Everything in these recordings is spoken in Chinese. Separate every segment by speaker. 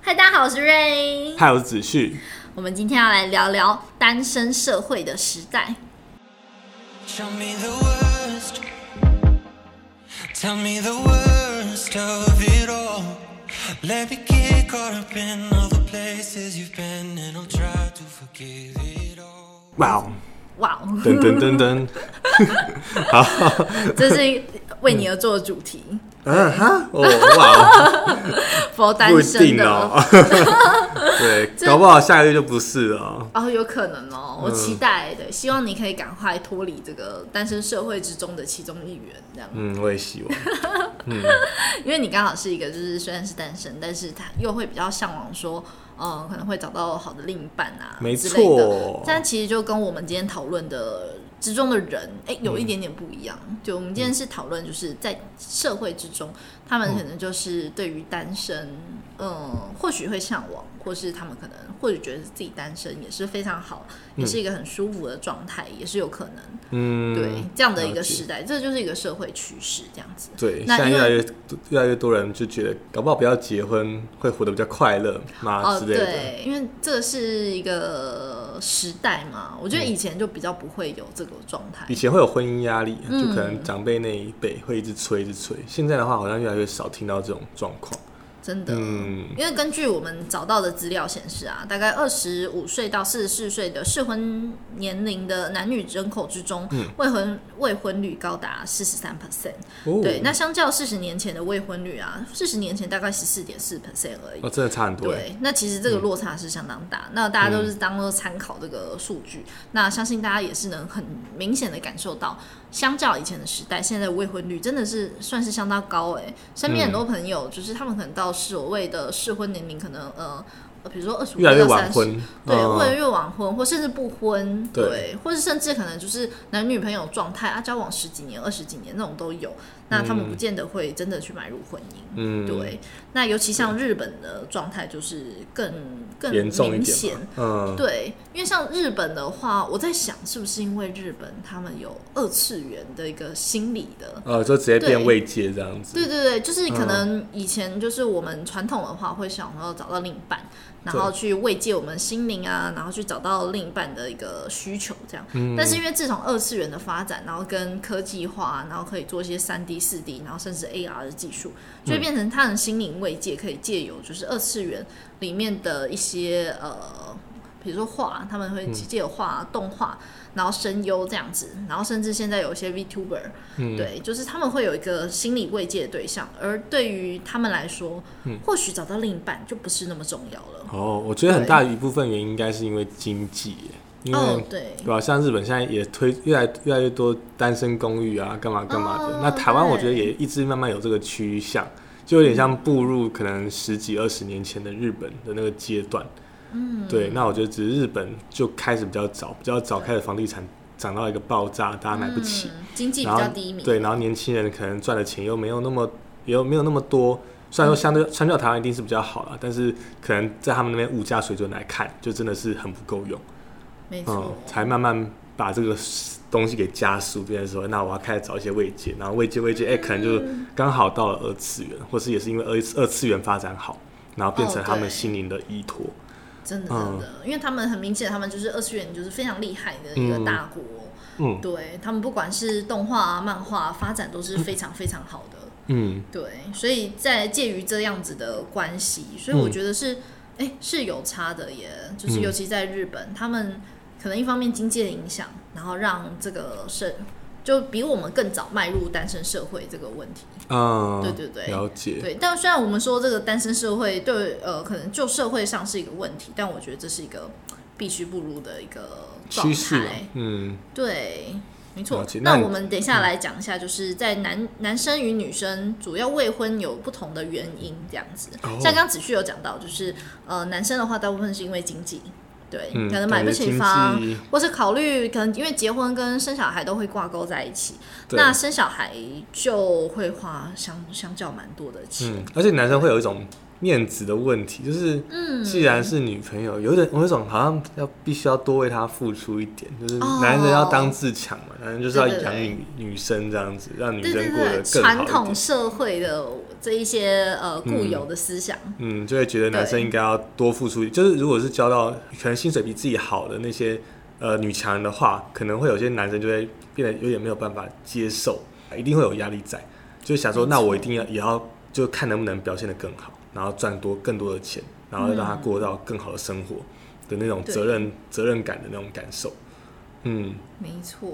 Speaker 1: 嗨，大家好，我是 Rain。
Speaker 2: 还有子旭，
Speaker 1: 我们今天要来聊聊单身社会的时代。
Speaker 3: Show me the worst. Tell me the worst of it all. Let me get caught up in all the places you've been, and I'll try to forgive it all.
Speaker 2: 哇哦，
Speaker 1: 哇哦，
Speaker 2: 噔噔噔噔，
Speaker 1: 这是为你而做的主题
Speaker 2: 啊哈， 哦哇哦，
Speaker 1: ，for 单
Speaker 2: 不一
Speaker 1: 身
Speaker 2: 定
Speaker 1: 的
Speaker 2: 哦，对， 搞不好下个月就不是了。
Speaker 1: 哦，有可能哦，
Speaker 2: 嗯
Speaker 1: 我期待的，希望你可以赶快脱离这个单身社会之中的其中一员，这样，
Speaker 2: 嗯，我也希望。
Speaker 1: 因为你刚好是一个，就是虽然是单身，但是他又会比较向往说，嗯，可能会找到好的另一半啊，
Speaker 2: 没
Speaker 1: 之类的
Speaker 2: 错
Speaker 1: 但其实就跟我们今天讨论的之中的人，哎、有
Speaker 2: 嗯
Speaker 1: 一点点不一样。就我们今天是讨论，就是在社会之中，他
Speaker 2: 嗯
Speaker 1: 们可能就是对于单身，嗯，或许会向往，或是他们可能或许觉得自己单身也是非常好，也是一个很舒服的状态，也是有可能。
Speaker 2: 嗯，
Speaker 1: 对，这样的一个
Speaker 2: 了解
Speaker 1: 时代，这就是一个社会趋势，这样子。
Speaker 2: 对，现
Speaker 1: 那
Speaker 2: 在
Speaker 1: 因
Speaker 2: 越
Speaker 1: 为
Speaker 2: 来越多越来越多人就觉得，搞不好不要结婚会活得比较快乐嘛
Speaker 1: 哦，
Speaker 2: 啊之类的。
Speaker 1: 对，因为这是一个时代嘛，我觉得以前就比较不会有这个状态
Speaker 2: 以。前会有婚姻压力，
Speaker 1: 嗯
Speaker 2: 就可能长辈那一辈会一直催一直催。现在的话，好像越来越少听到这种状况。
Speaker 1: 真的，
Speaker 2: 嗯
Speaker 1: 因为根据我们找到的资料显示啊，大概二十五岁到四十四岁的适婚年龄的男女人口之中，
Speaker 2: 嗯
Speaker 1: 未婚未婚率高达四十三 percent。
Speaker 2: 哦
Speaker 1: 对，那相较四十年前的未婚率啊，四十年前大概十四点四 percent 而已。
Speaker 2: 哦，真的差很多。
Speaker 1: 对，那其实这个
Speaker 2: 嗯
Speaker 1: 落差是相当大，那大家都是当做参考这个数据，那相信大家也是能很明显的感受到，相较以前的时代，现在的未婚率真的是算是相当高哎、身
Speaker 2: 嗯
Speaker 1: 边很多朋友、就是他们可能到所谓的适婚年龄，可能呃。呃比如说二十五
Speaker 2: 越来越
Speaker 1: 到
Speaker 2: 晚
Speaker 1: 三十
Speaker 2: 婚，，
Speaker 1: 对，
Speaker 2: 嗯
Speaker 1: 或者越晚婚，或甚至不婚，
Speaker 2: 对
Speaker 1: 对，或者甚至可能就是男女朋友状态啊，交往十几年、二十几年那种都有，那他们不见得会真的去买入婚姻，
Speaker 2: 嗯，
Speaker 1: 对，那尤其像日本的状态就是更更
Speaker 2: 严重一
Speaker 1: 明
Speaker 2: 点
Speaker 1: 显
Speaker 2: 嘛。。嗯，
Speaker 1: 对，因为像日本的话，我在想是不是因为日本他们有二次元的一个心理的。
Speaker 2: 呃，就直接变
Speaker 1: 对
Speaker 2: 未接这样子。
Speaker 1: 对对对，就是可能以前就是我们传统的话会想要找到另一半，然后去慰藉我们心灵啊，然后去找到另一半的一个需求这样。但是因为自从二次元的发展，然后跟科技化，啊然后可以做一些三 D、四 D，然后甚至 AR 的技术，就会变成他人心灵慰藉，可以借由就是二次元里面的一些呃，比如说画，他们会借由画、动画，然后声优这样子，然后甚至现在有一些 VTuber，、对，就是他们会有一个心理慰藉的对象，而对于他们来说，或许找到另一半就不是那么重要了。
Speaker 2: 哦，我觉得很大一部分原因应该是因为经济耶，因为、
Speaker 1: 哦，对，
Speaker 2: 对吧、像日本现在也推越来越来越多单身公寓啊，干嘛干嘛的。
Speaker 1: 哦
Speaker 2: 那台湾
Speaker 1: 对
Speaker 2: 我觉得也一直慢慢有这个趋向，就有点像步入可能十几二十年前的日本的那个阶段。嗯，对。那我觉得只是日本就开始比较早，比较早开始房地产涨到一个爆炸，大家买不起。
Speaker 1: 嗯，经济比
Speaker 2: 然后
Speaker 1: 较低迷，
Speaker 2: 对，然后年轻人可能赚的钱又没有那么，也有没有那么多。虽然说相对相较台湾一定是比较好了，但是可能在他们那边物价水准来看，就真的是很不够用，
Speaker 1: 没
Speaker 2: 嗯
Speaker 1: 错，，
Speaker 2: 才慢慢把这个东西给加速，变成说，那我要开始找一些慰藉，然后慰藉慰藉，哎、可能就
Speaker 1: 嗯
Speaker 2: 刚好到了二次元，或是也是因为二二次元发展好，然后变成
Speaker 1: 哦
Speaker 2: 他们
Speaker 1: 对
Speaker 2: 心灵的依托。
Speaker 1: 真的真
Speaker 2: 嗯
Speaker 1: 的，因为他们很明显，他们就是二次元就是非常厉害的一个大国，
Speaker 2: 嗯
Speaker 1: 对他们不管是动画啊、漫画、啊、发展都是非常非常好的，
Speaker 2: 嗯，
Speaker 1: 对，所以在介于这样子的关系，所以我觉得是，哎、是有差的耶，
Speaker 2: 嗯
Speaker 1: 就是尤其在日本，他们可能一方面经济的影响，然后让这个社就比我们更早迈入单身社会这个问题，
Speaker 2: 嗯，
Speaker 1: 对对对
Speaker 2: 了解。
Speaker 1: 对，但虽然我们说这个单身社会对呃，可能就社会上是一个问题，但我觉得这是一个必须步入的一个状
Speaker 2: 趋势啊
Speaker 1: 态。，
Speaker 2: 嗯，
Speaker 1: 对，没错
Speaker 2: 了解。
Speaker 1: 那
Speaker 2: 那你
Speaker 1: 我们等一下来讲一下，就是在男男生与女生主要未婚有不同的原因，这样子。
Speaker 2: 哦
Speaker 1: 像刚刚子旭有讲到，就是呃，男生的话大部分是因为经济。对，
Speaker 2: 嗯
Speaker 1: 可能买不
Speaker 2: 感觉
Speaker 1: 起
Speaker 2: 经
Speaker 1: 房
Speaker 2: 济，
Speaker 1: 或是考虑可能因为结婚跟生小孩都会挂钩在一起，
Speaker 2: 对
Speaker 1: 那生小孩就会花相相较蛮多的钱。
Speaker 2: 嗯，而且男生会有一种面子的问题，就是
Speaker 1: 嗯
Speaker 2: 既然是女朋友，有点我有一种好像要必须要多为她付出一点，就是
Speaker 1: 哦
Speaker 2: 男人要当自强嘛，男人就是要
Speaker 1: 对对
Speaker 2: 养
Speaker 1: 对
Speaker 2: 女女生这样子，让女
Speaker 1: 对
Speaker 2: 生
Speaker 1: 对
Speaker 2: 过得
Speaker 1: 对，
Speaker 2: 更
Speaker 1: 传
Speaker 2: 好一
Speaker 1: 统
Speaker 2: 点。
Speaker 1: 社会的这一些呃固有的思想，
Speaker 2: 嗯，就会觉得男生
Speaker 1: 对
Speaker 2: 应该要多付出一点，就是如果是交到可能薪水比自己好的那些呃女强人的话，可能会有些男生就会变得有点没有办法接受，一定会有压力在，就想说
Speaker 1: 没
Speaker 2: 那
Speaker 1: 错
Speaker 2: 我一定要也要就看能不能表现得更好，然后赚多更多的钱，然后让他过到更好的生活的那种
Speaker 1: 对
Speaker 2: 责任责任感的那种感受。嗯，
Speaker 1: 没错。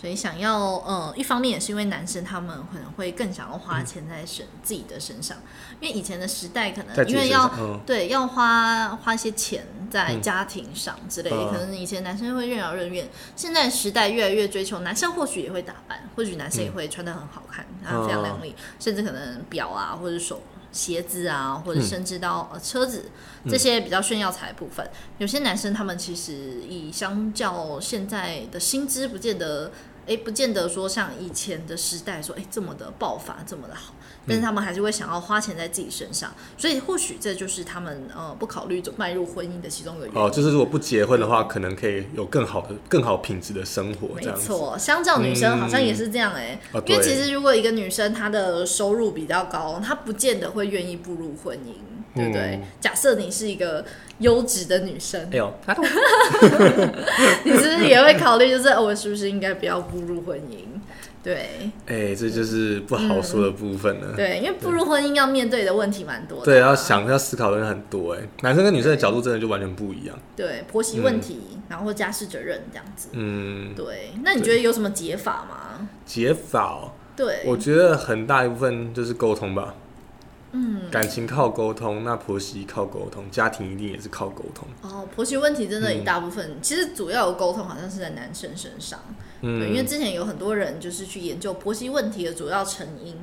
Speaker 1: 所以想要呃，一方面也是因为男生他们可能会更想要花钱在身、自己的身上，因为以前的时代可
Speaker 2: 嗯
Speaker 1: 能
Speaker 2: 在自
Speaker 1: 因
Speaker 2: 己
Speaker 1: 为
Speaker 2: 身
Speaker 1: 要
Speaker 2: 上，嗯，
Speaker 1: 对，要花花一些钱在家庭上之类的，可
Speaker 2: 嗯
Speaker 1: 能以前男生会任劳任怨，现在时代越来越追求男生，或许也会打扮，或许男
Speaker 2: 嗯
Speaker 1: 生也会穿得很好看，然后非常靓丽，甚至可能表啊，或者手鞋子啊，或者
Speaker 2: 嗯
Speaker 1: 甚至到、呃车子这些比较炫耀财的部分。有些男生他们其实以相较现在的薪资，不见得。诶，不见得说像以前的时代说，诶这么的爆发，这么的好，
Speaker 2: 嗯
Speaker 1: 但是他们还是会想要花钱在自己身上，所以或许这就是他们呃不考虑走迈入婚姻的其中一个原因。
Speaker 2: 哦，就是如果不结婚的话，可能可以有更好的、更好品质的生活，这
Speaker 1: 没
Speaker 2: 样子。
Speaker 1: 错，相较女生好像也是这样哎、
Speaker 2: 嗯啊
Speaker 1: 因为
Speaker 2: 对
Speaker 1: 其实如果一个女生她的收入比较高，她不见得会愿意步入婚姻，对不对？
Speaker 2: 嗯
Speaker 1: 假设你是一个优质的女生
Speaker 2: 哎，呦，他
Speaker 1: 你是不是也会考虑，就是、哦、我是不是应该不要步入婚姻？对
Speaker 2: 哎、这就是不好说的部分了。
Speaker 1: 对，因为步入婚姻要面对的问题蛮多的啊、
Speaker 2: 对，要想要思考的人很多哎、男生跟女生的角度真的就完全不一样。
Speaker 1: 对婆媳问题，然后家事责任这样子。
Speaker 2: 嗯，
Speaker 1: 对，那你觉得有什么解法吗？
Speaker 2: 解法哦、
Speaker 1: 对，
Speaker 2: 我觉得很大一部分就是沟通吧。嗯，感情靠沟通，那婆媳靠沟通，家庭一定也是靠沟通。
Speaker 1: 哦，婆媳问题真
Speaker 2: 嗯
Speaker 1: 的，一大部分、其实主要的沟通好像是在男生身上，对，因为
Speaker 2: 嗯，
Speaker 1: 之前有很多人就是去研究婆媳问题的主要成因，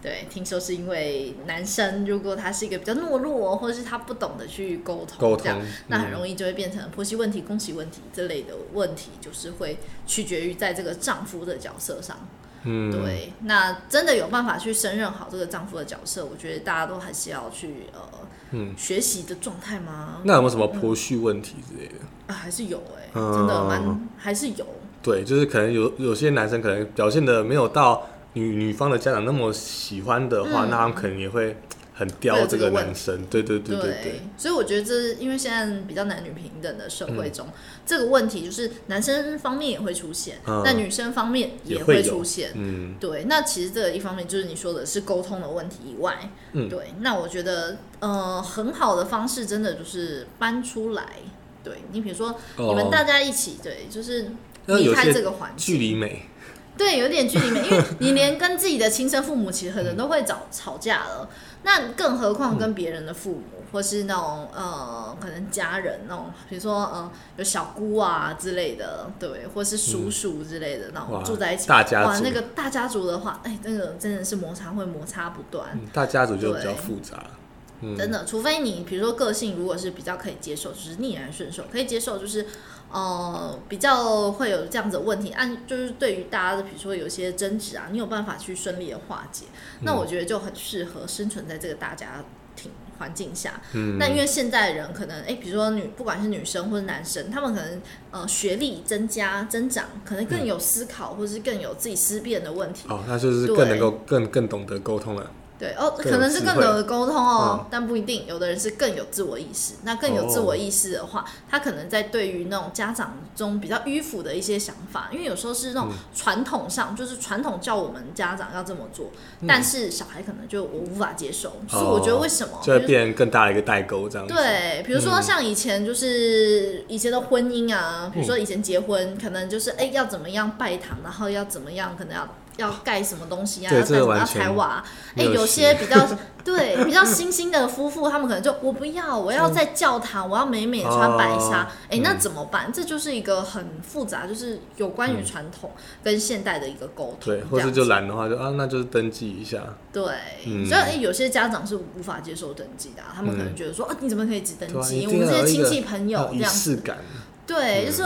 Speaker 1: 对，听说是因为男生如果他是一个比较懦弱，或者是他不懂得去沟通，
Speaker 2: 沟通
Speaker 1: 这样，那很
Speaker 2: 嗯
Speaker 1: 容易就会变成婆媳问题、公媳问题这类的问题，就是会取决于在这个丈夫的角色上。
Speaker 2: 嗯，
Speaker 1: 对，那真的有办法去胜任好这个丈夫的角色，我觉得大家都还是要去呃，
Speaker 2: 嗯
Speaker 1: 学习的状态吗？
Speaker 2: 那有没有什么婆媳问题之类的？
Speaker 1: 啊，还是有哎、
Speaker 2: 嗯
Speaker 1: 真的蛮还是有，
Speaker 2: 对，就是可能有有些男生可能表现的没有到女女方的家长那么喜欢的话，那他们可能也会很
Speaker 1: 嗯会
Speaker 2: 刁
Speaker 1: 有
Speaker 2: 这
Speaker 1: 这个
Speaker 2: 个
Speaker 1: 问
Speaker 2: 男生。对对对对对，
Speaker 1: 所以我觉得这是因为现在比较男女平等的社
Speaker 2: 嗯
Speaker 1: 会中，这个问题就是男生方面也会出现，
Speaker 2: 嗯
Speaker 1: 那女生方面
Speaker 2: 也会
Speaker 1: 会
Speaker 2: 有
Speaker 1: 出现。
Speaker 2: 嗯
Speaker 1: 对，那其实这个一方面就是你说的是沟通的问题以外，
Speaker 2: 嗯
Speaker 1: 对，那我觉得呃很好的方式真的就是搬出来，对你比如说你们
Speaker 2: 哦
Speaker 1: 大家一起，对，就是
Speaker 2: 那
Speaker 1: 离
Speaker 2: 有
Speaker 1: 开
Speaker 2: 些
Speaker 1: 这个环境，
Speaker 2: 距离美。
Speaker 1: 对，有点距离美，因为你连跟自己的亲生父母其实可能都会吵吵架了，那更何况跟别人的父母，或是那种呃，可能家人那种，比如说呃，有小姑啊之类的，对，或是叔叔之类的那种
Speaker 2: 哇
Speaker 1: 住在一起，
Speaker 2: 大家
Speaker 1: 哇，
Speaker 2: 族
Speaker 1: 那个大家族的话，哎，那个真的是摩擦会摩擦不断，
Speaker 2: 嗯大家族就比较
Speaker 1: 对
Speaker 2: 复杂。
Speaker 1: 真的，除非你比如说个性如果是比较可以接受，就是逆来顺受，可以接受就是。呃，比较会有这样子的问题，按就是对于大家的，比如说有些争执啊，你有办法去顺利的化解，那我觉得就很适合生存在这个大家庭环境下。
Speaker 2: 嗯，
Speaker 1: 那因为现在人可能，哎、比如说女，不管是女生或者男生，他们可能呃学历增加增长，可能更有思考，或是更有自己思辨的问题。
Speaker 2: 哦，那就是
Speaker 1: 对
Speaker 2: 更能够更更懂得沟通了。
Speaker 1: 对哦，
Speaker 2: 更有
Speaker 1: 可能是
Speaker 2: 智
Speaker 1: 更
Speaker 2: 慧
Speaker 1: 懂得沟通哦，
Speaker 2: 嗯哦
Speaker 1: 但不一定。有的人是更有自我意识，那更有自我意识的话，他可能在对于那种家长中比较迂腐的一些想法，因为有时候是那
Speaker 2: 嗯
Speaker 1: 种传统上，就是传统叫我们家长要这么做，
Speaker 2: 嗯
Speaker 1: 但是小孩可能就我无法接受，就是我觉得为什么？
Speaker 2: 就会
Speaker 1: 比如
Speaker 2: 哦变更大的一个代沟这样子。，嗯
Speaker 1: 对，比如说像以前就是以前的婚姻啊，比如说以前结婚，可能就是哎、要怎么样拜堂，然后要怎么样，可能要要盖什么东西啊，
Speaker 2: 对
Speaker 1: 要
Speaker 2: 这
Speaker 1: 盖什
Speaker 2: 个
Speaker 1: 么
Speaker 2: 完
Speaker 1: 要
Speaker 2: 全
Speaker 1: 拆瓦，哎、
Speaker 2: 没有
Speaker 1: 有
Speaker 2: 戏
Speaker 1: 些比 较对比较新兴的夫妇，他们可能就我不要，我要在教堂，我要美美地穿白纱
Speaker 2: 嗯哦，
Speaker 1: 哎、那怎么办？这就是一个很复杂，就是有关于传统跟现代的一个沟通，
Speaker 2: 嗯对，
Speaker 1: 这
Speaker 2: 或是
Speaker 1: 样
Speaker 2: 就
Speaker 1: 子
Speaker 2: 懒的话就，啊，那就是登记一下。
Speaker 1: 对，
Speaker 2: 嗯
Speaker 1: 所以诶有些家长是无法接受登记的啊、他们可能觉得说、啊，你怎么可以只登
Speaker 2: 嗯对啊，一
Speaker 1: 记？我
Speaker 2: 定
Speaker 1: 们这
Speaker 2: 要有
Speaker 1: 些
Speaker 2: 一
Speaker 1: 亲
Speaker 2: 个
Speaker 1: 戚朋友
Speaker 2: 要
Speaker 1: 这
Speaker 2: 仪
Speaker 1: 样
Speaker 2: 式
Speaker 1: 子，
Speaker 2: 感。嗯
Speaker 1: 对，就是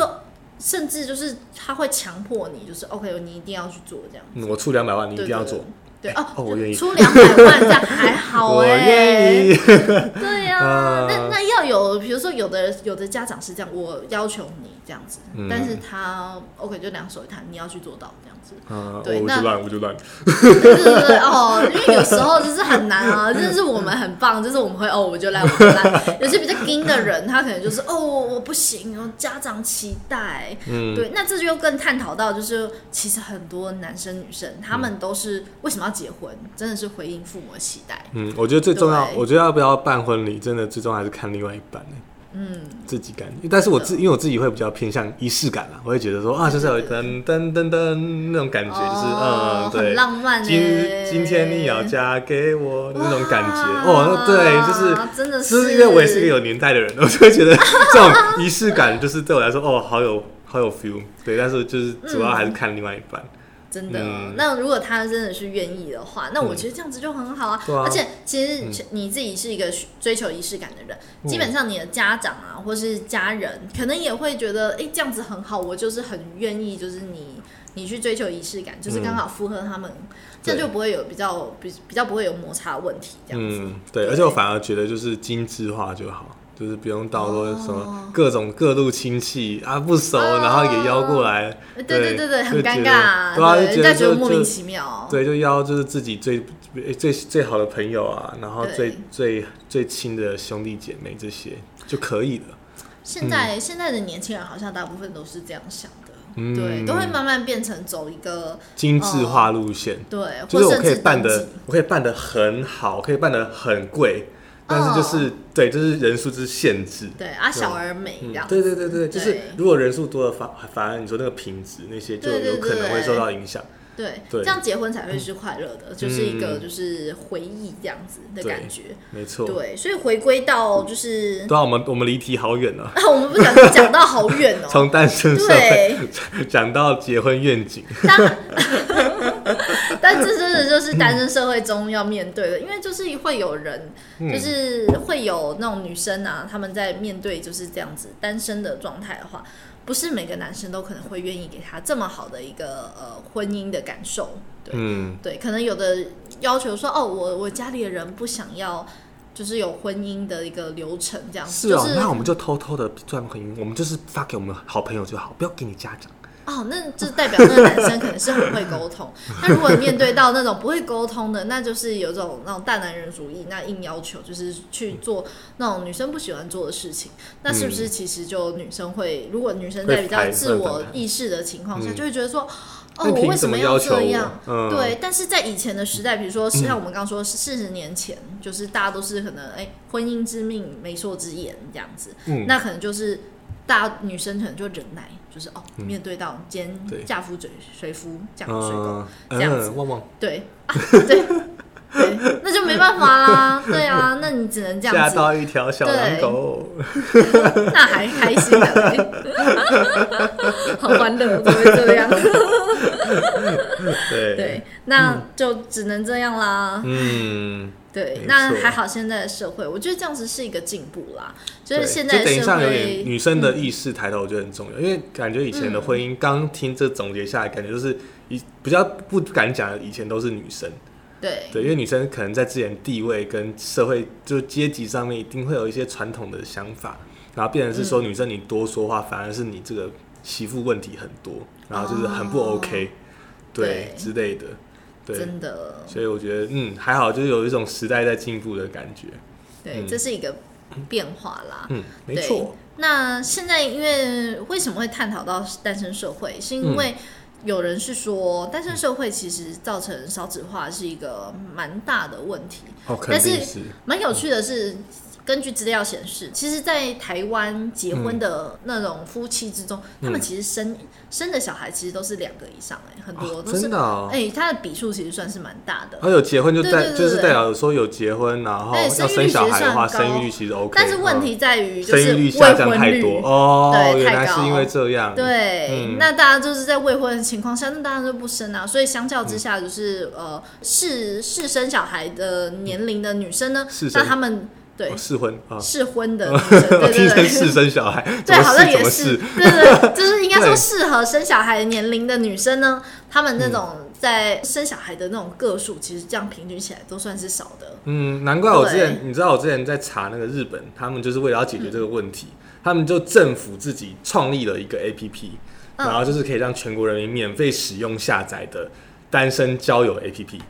Speaker 1: 甚至就是他会强迫你，就是 OK，你一定要去做这样。
Speaker 2: 嗯，我出两百万，你一
Speaker 1: 对
Speaker 2: 定要做。。
Speaker 1: 对哦，
Speaker 2: 哦我愿意
Speaker 1: 出两百万这样还 好
Speaker 2: 我
Speaker 1: 哎、
Speaker 2: 愿意。
Speaker 1: 对呀、
Speaker 2: 啊
Speaker 1: 那那要有，比如说有的有的家长是这样，我要求你这样子，
Speaker 2: 嗯
Speaker 1: 但是他 OK 就两手一摊，你要去做到这样子。
Speaker 2: 啊，
Speaker 1: 对
Speaker 2: 我
Speaker 1: 那
Speaker 2: 就乱，我就乱。
Speaker 1: 对对对对哦，因为有时候就是很难啊，就是我们很棒，就是我们会哦，我就来，我就来。有些比较硬的人，他可能就是哦，我不行，然后家长期待，
Speaker 2: 嗯，
Speaker 1: 对，那这就更探讨到，就是其实很多男生女生他们都是为什么要结婚，真的是回应父母的期待。
Speaker 2: 嗯，我觉得最重要，
Speaker 1: 对
Speaker 2: 我觉得要不要办婚礼，真的最重要还是看另外一半、欸、嗯，自己感觉。但是我自因为我自己会比较偏向仪式感啦，我会觉得说啊，就是有噔噔噔噔那种感觉，
Speaker 1: 哦
Speaker 2: 就是嗯，对，
Speaker 1: 很浪漫
Speaker 2: 今
Speaker 1: 欸
Speaker 2: 今天你要嫁给我那种感觉，
Speaker 1: 哇
Speaker 2: 哦，那对，就是
Speaker 1: 啊真的
Speaker 2: 就是
Speaker 1: 是
Speaker 2: 因为我也是个有年代的人，我就会觉得这种仪式感就是对我来说，哦，好有好有 feel。对，但是就是主要
Speaker 1: 嗯
Speaker 2: 还是看另外一半。
Speaker 1: 真的、
Speaker 2: 嗯
Speaker 1: 那如果他真的是愿意的话，那我觉得这样子就很好啊。
Speaker 2: 对啊
Speaker 1: 而且其实你自己是一个追求仪式感的人，
Speaker 2: 嗯
Speaker 1: 基本上你的家长啊，或是家人，可能也会觉得，哎、这样子很好，我就是很愿意，就是你你去追求仪式感，
Speaker 2: 嗯
Speaker 1: 就是刚好符合他们，这样就不会有比较比比较不会有摩擦问题这样子。
Speaker 2: 嗯，对，而且我反而觉得就是精致化就好，就是不用到说什么各种各路亲戚、啊不熟，
Speaker 1: 哦
Speaker 2: 然后也邀过来，
Speaker 1: 呃对对对对，很
Speaker 2: 就觉
Speaker 1: 尴
Speaker 2: 得
Speaker 1: 尬、啊，
Speaker 2: 对啊，
Speaker 1: 对，人
Speaker 2: 就
Speaker 1: 家觉
Speaker 2: 就
Speaker 1: 得莫名
Speaker 2: 就
Speaker 1: 其妙。
Speaker 2: 对，就邀就是自己最最最好的朋友啊，然后最
Speaker 1: 对
Speaker 2: 最最亲的兄弟姐妹这些就可以了。
Speaker 1: 现在、现在的年轻人好像大部分都是这样想的，
Speaker 2: 嗯
Speaker 1: 对，都会慢慢变成走一个
Speaker 2: 精致化路线，
Speaker 1: 对，
Speaker 2: 就
Speaker 1: 哦或
Speaker 2: 是我
Speaker 1: 甚
Speaker 2: 可以
Speaker 1: 至
Speaker 2: 办
Speaker 1: 登
Speaker 2: 的
Speaker 1: 记，
Speaker 2: 我可以办的很好，可以办的很贵，但是
Speaker 1: 哦
Speaker 2: 就是、对，就是人数之限制。
Speaker 1: 对啊，小而美这样。
Speaker 2: 嗯对对对对，就是
Speaker 1: 对
Speaker 2: 如果人数多了，反反而你说那个品质那些就
Speaker 1: 对对
Speaker 2: 有可能会受到影响。
Speaker 1: 对，
Speaker 2: 对嗯
Speaker 1: 这样结婚才会是快乐的，就是一个就是回忆这样子的感觉。
Speaker 2: 没错，对
Speaker 1: 对，所以回归到就是，
Speaker 2: 啊，我们我们离题好远啊，
Speaker 1: 啊，我们不想讲到好远 哦、
Speaker 2: 从单身社
Speaker 1: 对
Speaker 2: 会讲到结婚 愿景，
Speaker 1: 但但这真的就是单身社会中要面对的，因为就是会有人，
Speaker 2: 嗯
Speaker 1: 就是会有那种女生啊，她们在面对就是这样子单身的状态的话，不是每个男生都可能会愿意给她这么好的一个呃婚姻的感受。对
Speaker 2: 嗯，
Speaker 1: 对，可能有的要求说，哦，我我家里的人不想要。就是有婚姻的一个流程这样子，
Speaker 2: 是哦，
Speaker 1: 就是
Speaker 2: 那我们就偷偷的赚婚姻，我们就是发给我们好朋友就好，不要给你家长。
Speaker 1: 哦，那这代表那个男生可能是很会沟通。那如果面对到那种不会沟通的，那就是有种那种大男人主义，那硬要求就是去做那种女生不喜欢做的事情，那是不是其实就女生会，如果女生在比较自我意识的情况下，
Speaker 2: 嗯
Speaker 1: 就会觉得说。哦，
Speaker 2: 那你
Speaker 1: 我
Speaker 2: 凭
Speaker 1: 为什
Speaker 2: 什么
Speaker 1: 要
Speaker 2: 要求
Speaker 1: 这
Speaker 2: 我
Speaker 1: 样？
Speaker 2: 嗯
Speaker 1: 对，但是在以前的时代，比如说像我们刚刚说四十年前，就是大家都是可能哎、婚姻之命，媒妁之言这样子。
Speaker 2: 嗯
Speaker 1: 那可能就是大家女生可能就忍耐，就是哦，面对到今
Speaker 2: 嗯对
Speaker 1: 天嫁夫嘴随夫，嫁狗随狗，这
Speaker 2: 嗯
Speaker 1: 样子
Speaker 2: 嗯，旺旺，
Speaker 1: 对 啊，对对，那就没办法啦，对啊，那你只能这
Speaker 2: 嫁
Speaker 1: 样子，
Speaker 2: 到一条小狼狗，
Speaker 1: 那还开心的嘞， 好欢乐，哦怎么会这样？
Speaker 2: 对，
Speaker 1: 对，那就只能这样啦。
Speaker 2: 嗯，
Speaker 1: 对
Speaker 2: 没，
Speaker 1: 那
Speaker 2: 错
Speaker 1: 还好，现在的社会，我觉得这样子是一个进步啦。就是
Speaker 2: 对
Speaker 1: 现在
Speaker 2: 就
Speaker 1: 的
Speaker 2: 等于
Speaker 1: 社
Speaker 2: 上有点
Speaker 1: 会，嗯
Speaker 2: 女生的意识抬头，我觉得很重要，因为感觉以前的婚姻，刚听这总结下来，感觉就是以比较不敢讲，的，以前都是女生，
Speaker 1: 对
Speaker 2: 对，因为女生可能在之前地位跟社会就阶级上面，一定会有一些传统的想法，然后变成是
Speaker 1: 嗯
Speaker 2: 说女生你多说话，反而是你这个媳妇问题很多，然后就是很不
Speaker 1: 哦
Speaker 2: OK，对
Speaker 1: 对
Speaker 2: 之类的，对，
Speaker 1: 真的，
Speaker 2: 所以我觉得嗯还好，就是有一种时代在进步的感觉，
Speaker 1: 对，
Speaker 2: 嗯
Speaker 1: 这是一个变化啦。
Speaker 2: 嗯，没
Speaker 1: 对，
Speaker 2: 错，
Speaker 1: 那现在因为为什么会探讨到单身社会，是因为
Speaker 2: 嗯
Speaker 1: 有人是说单身社会其实造成少子化是一个蛮大的问题。
Speaker 2: 哦，肯
Speaker 1: 但
Speaker 2: 定
Speaker 1: 是
Speaker 2: 是
Speaker 1: 蛮有趣的是，根据资料显示，其实，在台湾结婚的那种夫妻之中，
Speaker 2: 嗯
Speaker 1: 他们其实生生的小孩其实都是两个以上、哎，很多
Speaker 2: 哦
Speaker 1: 都是
Speaker 2: 真的、哦。哎
Speaker 1: 哎、他的比数其实算是蛮大的。
Speaker 2: 然后有结婚就
Speaker 1: 对
Speaker 2: 代
Speaker 1: 对对
Speaker 2: 就是
Speaker 1: 对
Speaker 2: 代表说有结婚，然后
Speaker 1: 对
Speaker 2: 要
Speaker 1: 生育
Speaker 2: 生
Speaker 1: 率其
Speaker 2: 小
Speaker 1: 实
Speaker 2: 孩的话，
Speaker 1: 算高
Speaker 2: 生育率其实 OK，
Speaker 1: 但是问
Speaker 2: 嗯
Speaker 1: 题在于，就
Speaker 2: 生育
Speaker 1: 是
Speaker 2: 率
Speaker 1: 未
Speaker 2: 下降
Speaker 1: 婚
Speaker 2: 太
Speaker 1: 率
Speaker 2: 多哦，
Speaker 1: 对
Speaker 2: 原
Speaker 1: 太
Speaker 2: 来是因
Speaker 1: 高
Speaker 2: 为这样，
Speaker 1: 对，
Speaker 2: 嗯
Speaker 1: 那大家就是在未婚的情况下，那当然就不生啊。所以相较之下，就是、
Speaker 2: 嗯
Speaker 1: 呃，是是生小孩的年龄的女生呢
Speaker 2: 是，生
Speaker 1: 那她们对
Speaker 2: 哦，试婚啊，
Speaker 1: 适婚的女生， 对
Speaker 2: 我
Speaker 1: 对
Speaker 2: 听成
Speaker 1: 对
Speaker 2: 试。生小孩， 怎
Speaker 1: 对，
Speaker 2: 么
Speaker 1: 好像
Speaker 2: 试怎
Speaker 1: 也
Speaker 2: 么
Speaker 1: 是，
Speaker 2: 试，
Speaker 1: 对对，对就是应该说
Speaker 2: 对嗯
Speaker 1: 适合生小孩的年龄的女生呢，她们那种在生小孩的那种个数，其实这样平均起来都算是少的。
Speaker 2: 嗯，难怪我之前
Speaker 1: 对，
Speaker 2: 你知道我之前在查那个日本，他们就是为了要解决这个问题，他们就政府自己创立了一个 APP，、
Speaker 1: 嗯
Speaker 2: 然后就是可以让全国人民免费使用下载的单身交友 APP。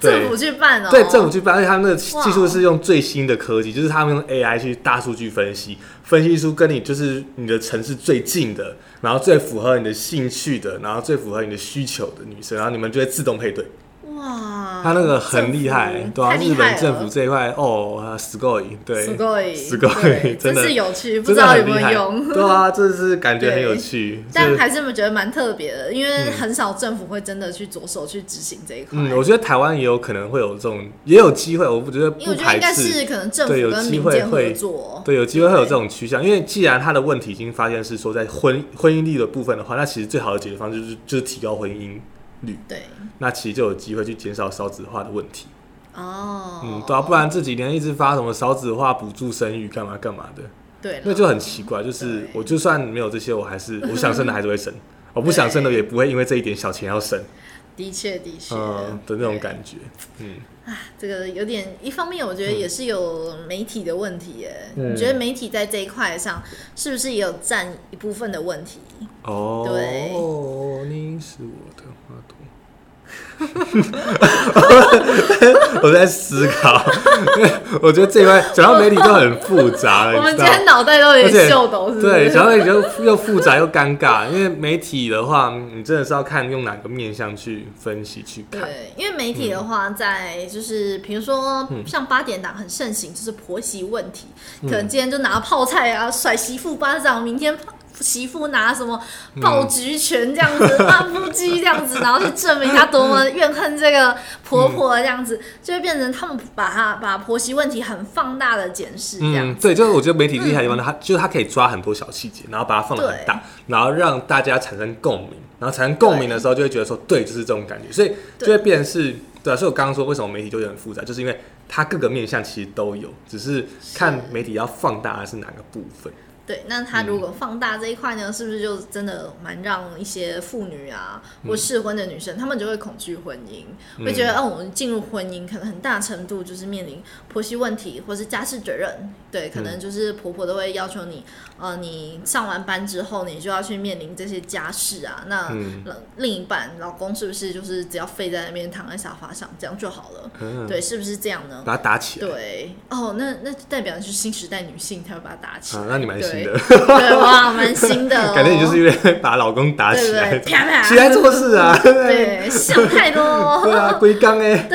Speaker 2: 对
Speaker 1: 政府去办哦，
Speaker 2: 对政府去办，而且他们的
Speaker 1: 哇
Speaker 2: 技术是用最新的科技，就是他们用 AI 去大数据分析，分析出跟你就是你的城市最近的，然后最符合你的兴趣的，然后最符合你的需求的女生，然后你们就会自动配对。
Speaker 1: 哇，
Speaker 2: 他那个很厉害
Speaker 1: 政，府
Speaker 2: 对啊，
Speaker 1: 太厉
Speaker 2: 日
Speaker 1: 害
Speaker 2: 本政
Speaker 1: 了
Speaker 2: 府这一块哦，すごい，对，
Speaker 1: すごい
Speaker 2: すごい
Speaker 1: 对
Speaker 2: 真的
Speaker 1: 真是有趣，不
Speaker 2: 真
Speaker 1: 知
Speaker 2: 的
Speaker 1: 道有
Speaker 2: 很厉
Speaker 1: 没有
Speaker 2: 害，
Speaker 1: 用。
Speaker 2: 对啊，这是感觉很有
Speaker 1: 对
Speaker 2: 趣，就
Speaker 1: 但
Speaker 2: 是
Speaker 1: 还是觉得蛮特别的，因为很少政府会真的去着手去执行这一块。
Speaker 2: 嗯，我觉得台湾也有可能会有这种，也有机会，我不觉得
Speaker 1: 因为
Speaker 2: 不
Speaker 1: 我觉得
Speaker 2: 排
Speaker 1: 应该
Speaker 2: 斥
Speaker 1: 是，可能政府
Speaker 2: 对有
Speaker 1: 跟
Speaker 2: 机
Speaker 1: 民
Speaker 2: 会
Speaker 1: 间合
Speaker 2: 会
Speaker 1: 作，
Speaker 2: 对，有机会会有这种趋向，因为既然他的问题已经发现是说在婚婚姻率的部分的话，那其实最好的解决方式就是就是提高婚姻率，
Speaker 1: 对
Speaker 2: 那其实就有机会去减少少子化的问题，
Speaker 1: 哦，
Speaker 2: 嗯，对啊，不然这几年一直发什么少子化补助生育干嘛干嘛的，
Speaker 1: 对啦
Speaker 2: 那就很奇怪，就是
Speaker 1: 对
Speaker 2: 我就算没有这些，我还是我想生的还是会生，我不想生的也不会因为这一点小钱要生，
Speaker 1: 的确的确
Speaker 2: 嗯的那种感觉，嗯，
Speaker 1: 这个有点，一方面我觉得也是有媒体的问题耶。
Speaker 2: 嗯
Speaker 1: 你觉得媒体在这一块上是不是也有占一部分的问题？对
Speaker 2: 哦，你是我的花朵。 我在思考，我觉得这一块讲到媒体就很复杂了，
Speaker 1: 我
Speaker 2: 你
Speaker 1: 们
Speaker 2: 哎知
Speaker 1: 今
Speaker 2: 道。
Speaker 1: 天脑袋都有
Speaker 2: 而且
Speaker 1: 点秀抖，是不是？
Speaker 2: 对，讲到媒体就又复杂又尴尬，因为媒体的话，嗯你真的是要看用哪个面向去分析去看。
Speaker 1: 对，因为媒体的话，在就是比如说像八点档很盛行，就是婆媳问题，可能今天就拿泡菜啊甩媳妇巴掌，明天媳妇拿什么爆菊拳这样子，万夫击这样子，然后去证明她多么怨恨这个婆婆这样子，就会变成他们把她把婆媳问题很放大的检视这样
Speaker 2: 嗯，
Speaker 1: 子。嗯
Speaker 2: 对，就是我觉得媒体厉害的地方，它就是它可以抓很多小细节，然后把它放得很
Speaker 1: 对
Speaker 2: 大，然后让大家产生共鸣，然后产生共鸣的时候，就会觉得说，对，就是这种感觉，所以就会变成是，对啊，所以我刚刚说为什么媒体就有点复杂，就是因为它各个面向其实都有，只是看媒体要放大的是哪个部分。
Speaker 1: 对，那她如果放大这一块呢，是不是就真的蛮让一些妇女啊或
Speaker 2: 嗯
Speaker 1: 适婚的女生，她们就会恐惧婚姻，会觉得，哦，我们进入婚姻，可能很大程度就是面临婆媳问题或是家事责任。对，可
Speaker 2: 嗯
Speaker 1: 能就是婆婆都会要求你，呃，你上完班之后，你就要去面临这些家事啊。那、
Speaker 2: 嗯
Speaker 1: 呃另一半老公是不是就是只要废在那边躺在沙发上，这样就好了？
Speaker 2: 嗯，
Speaker 1: 对，是不是这样呢？
Speaker 2: 把它打起来。
Speaker 1: 对，哦，那那代表是新时代女性，她会把它打起来。
Speaker 2: 啊，那你蛮新的
Speaker 1: 对，对哇，蛮 新的、哦，
Speaker 2: 感觉你就是因为把老公打起来
Speaker 1: 对，对啪啪
Speaker 2: 起来做事啊，对不对
Speaker 1: 对想太多
Speaker 2: 对
Speaker 1: 哦，
Speaker 2: 啊，龟缸哎，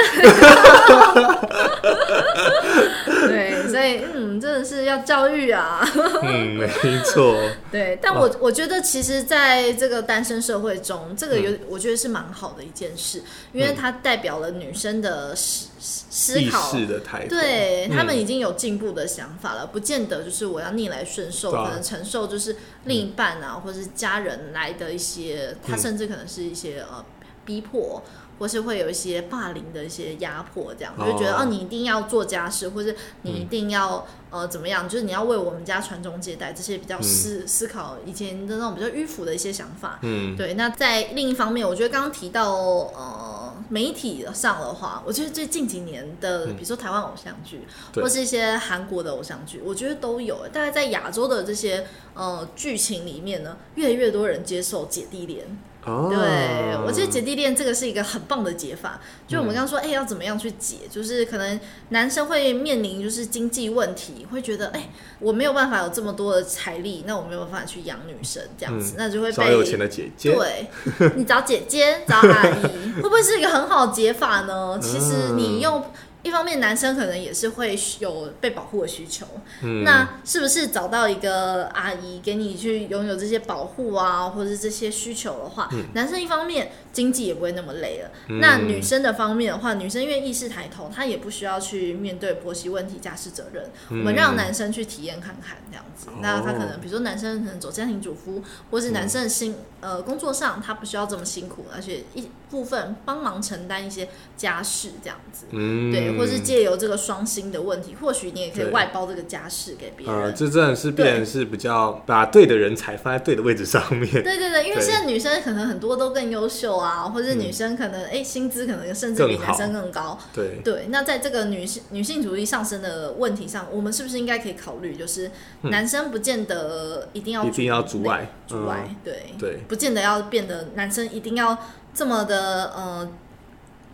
Speaker 1: 对，所以嗯，真的是要教育啊，
Speaker 2: 嗯，没错，
Speaker 1: 对，但
Speaker 2: 哦
Speaker 1: 我我觉得其实在这个单身社会中，这个
Speaker 2: 嗯
Speaker 1: 有、我觉得是蛮好的一件事，因为它代表了女生的思 思
Speaker 2: 意
Speaker 1: 考。
Speaker 2: 识的抬头，
Speaker 1: 对
Speaker 2: 嗯
Speaker 1: 他们已经有进步的想法了，不见得就是我要逆来顺受，
Speaker 2: 对啊嗯
Speaker 1: 可能承受就是另一半啊，或是家人来的一些，他甚至可能是一些呃逼迫，或是会有一些霸凌的一些压迫，这样
Speaker 2: 哦嗯
Speaker 1: 就觉得哦，你一定要做家事，或是你一定要呃怎么样，就是你要为我们家传宗接代，这些比较思思考以前的那种比较迂腐的一些想法，
Speaker 2: 嗯，
Speaker 1: 对，那在另一方面，我觉得刚刚提到呃媒体上的话，我觉得最近几年的，比如说台湾偶像剧，
Speaker 2: 嗯对
Speaker 1: 或是一些韩国的偶像剧，我觉得都有。欸大概在亚洲的这些呃剧情里面呢，越来越多人接受姐弟恋。
Speaker 2: 哦，
Speaker 1: 对，我觉得姐弟恋这个是一个很棒的解法。就我们刚刚说，哎、要怎么样去解？就是可能男生会面临就是经济问题，会觉得，哎、我没有办法有这么多的财力，那我没有办法去养女生这样子，
Speaker 2: 嗯
Speaker 1: 那就会
Speaker 2: 找
Speaker 1: 被
Speaker 2: 有钱的姐姐，
Speaker 1: 对，你找姐姐，找阿姨， 会不会是一个很好的解法呢？其实
Speaker 2: 嗯
Speaker 1: 你用。一方面，男生可能也是会有被保护的需求，
Speaker 2: 嗯
Speaker 1: 那是不是找到一个阿姨给你去拥有这些保护啊，或者是这些需求的话，
Speaker 2: 嗯
Speaker 1: 男生一方面经济也不会那么累了。那女生的方面的话，女生因为意识抬头，她也不需要去面对婆媳问题、家事责任。我
Speaker 2: 嗯
Speaker 1: 们让男生去体验看看这样
Speaker 2: 哦
Speaker 1: 子，那他可能比如说男生可能走家庭主妇，或是男生的辛、呃工作上他不需要这么辛苦，而且一部分帮忙承担一些家事这样子。
Speaker 2: 嗯
Speaker 1: 对，或是借由这个双薪的问题，或许你也可以外包这个家事给别
Speaker 2: 呃，
Speaker 1: 人。
Speaker 2: 这真的是变成是比较把对的人才放在对的位置上面，
Speaker 1: 对对对，因为
Speaker 2: 对嗯
Speaker 1: 现在女生可能很多都更优秀啊，或者女生可能哎、薪资可能甚至比
Speaker 2: 更
Speaker 1: 男
Speaker 2: 好
Speaker 1: 生更高。
Speaker 2: 对
Speaker 1: 对，那在这个女性女性主义上升的问题上，我们是不是应该可以考虑，就是男生不见得一定要
Speaker 2: 嗯一定要主
Speaker 1: 内
Speaker 2: 外
Speaker 1: 主外，
Speaker 2: 嗯
Speaker 1: 对
Speaker 2: 对
Speaker 1: 不见得要变得男生一定要这么的呃，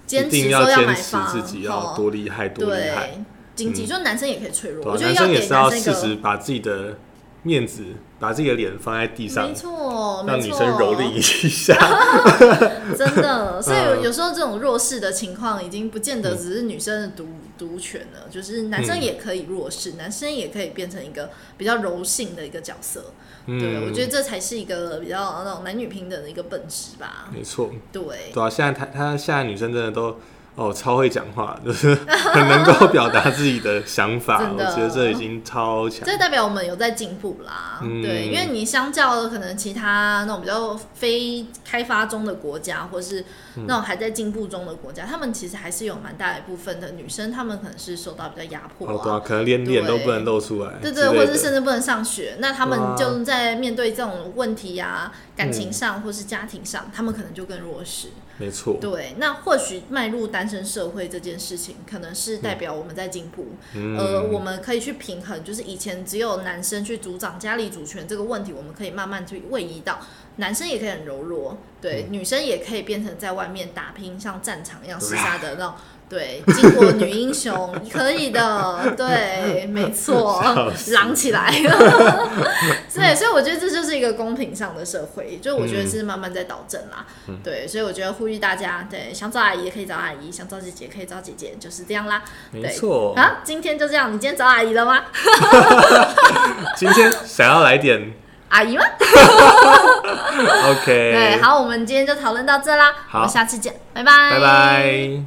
Speaker 1: 坚
Speaker 2: 一定
Speaker 1: 持
Speaker 2: 要
Speaker 1: 说
Speaker 2: 坚
Speaker 1: 买
Speaker 2: 持
Speaker 1: 房，
Speaker 2: 自己
Speaker 1: 哦
Speaker 2: 要多厉害多厉害，
Speaker 1: 对经济，
Speaker 2: 嗯
Speaker 1: 就是男生也可以脆弱，
Speaker 2: 对、
Speaker 1: 我
Speaker 2: 啊，
Speaker 1: 觉得
Speaker 2: 男生也
Speaker 1: 给
Speaker 2: 是要
Speaker 1: 男生一
Speaker 2: 适时
Speaker 1: 个。
Speaker 2: 把自己的面子、把自己的脸放在地上
Speaker 1: 没，错，
Speaker 2: 让
Speaker 1: 没
Speaker 2: 女
Speaker 1: 错，
Speaker 2: 生蹂躏一下。
Speaker 1: 真 的，所以有
Speaker 2: 嗯
Speaker 1: 有时候这种弱势的情况，已经不见得只是女生的独独权了，就是男生
Speaker 2: 嗯
Speaker 1: 也可以弱势，男生也可以变成一个比较柔性的一个角色。
Speaker 2: 嗯
Speaker 1: 对，我觉得这才是一个比较那种男女平等的一个本质吧。
Speaker 2: 没错，
Speaker 1: 对，
Speaker 2: 对啊，现在她她现在女生真的都哦超会讲话，就是 很能够表达自己的想法，
Speaker 1: 真
Speaker 2: 我
Speaker 1: 的
Speaker 2: 觉得这已经超强。
Speaker 1: 这代表我们有在进步啦，
Speaker 2: 嗯
Speaker 1: 对，因为你相较可能其他那种比较非开发中的国家，或是
Speaker 2: 嗯
Speaker 1: 那种还在进步中的国家，他们其实还是有蛮大一部分的女生，她们可能是受到比较压迫
Speaker 2: 哦，对
Speaker 1: 啊，
Speaker 2: 啊，可能连脸都
Speaker 1: 对
Speaker 2: 不能露出来
Speaker 1: 对
Speaker 2: 之类的，啊
Speaker 1: 对，或者是甚至不能上学，那他
Speaker 2: 哇
Speaker 1: 们就在面对这种问题呀、感
Speaker 2: 嗯
Speaker 1: 情上或是家庭上，他们可能就更弱势。
Speaker 2: 没错，
Speaker 1: 对，那或许迈入单身社会这件事情，可能是代表我们在进步，呃，我们可以去平衡，就是以前只有男生去主掌家里主权这个问题，我们可以慢慢去位移到男生也可以很柔弱，对，女生也可以变成在外面打拼，像战场一样厮杀的那种。对，巾帼女英雄可以的，对，没 错，狼起来。 对，所以我觉得这就是一个公平上的社会，就我觉得是慢慢在导正啦。
Speaker 2: 嗯
Speaker 1: 对，所以我觉得呼吁大家，对，想找阿姨也可以找阿姨，想找姐姐可以找姐姐，就是这样啦。
Speaker 2: 没
Speaker 1: 对
Speaker 2: 错。
Speaker 1: 啊，今天就这样，你今天找阿姨了吗？
Speaker 2: 今天想要来点
Speaker 1: 阿姨吗？
Speaker 2: OK，
Speaker 1: 对，好，我们今天就讨论到这啦，我
Speaker 2: 好
Speaker 1: 们下次见，拜拜，
Speaker 2: 拜拜。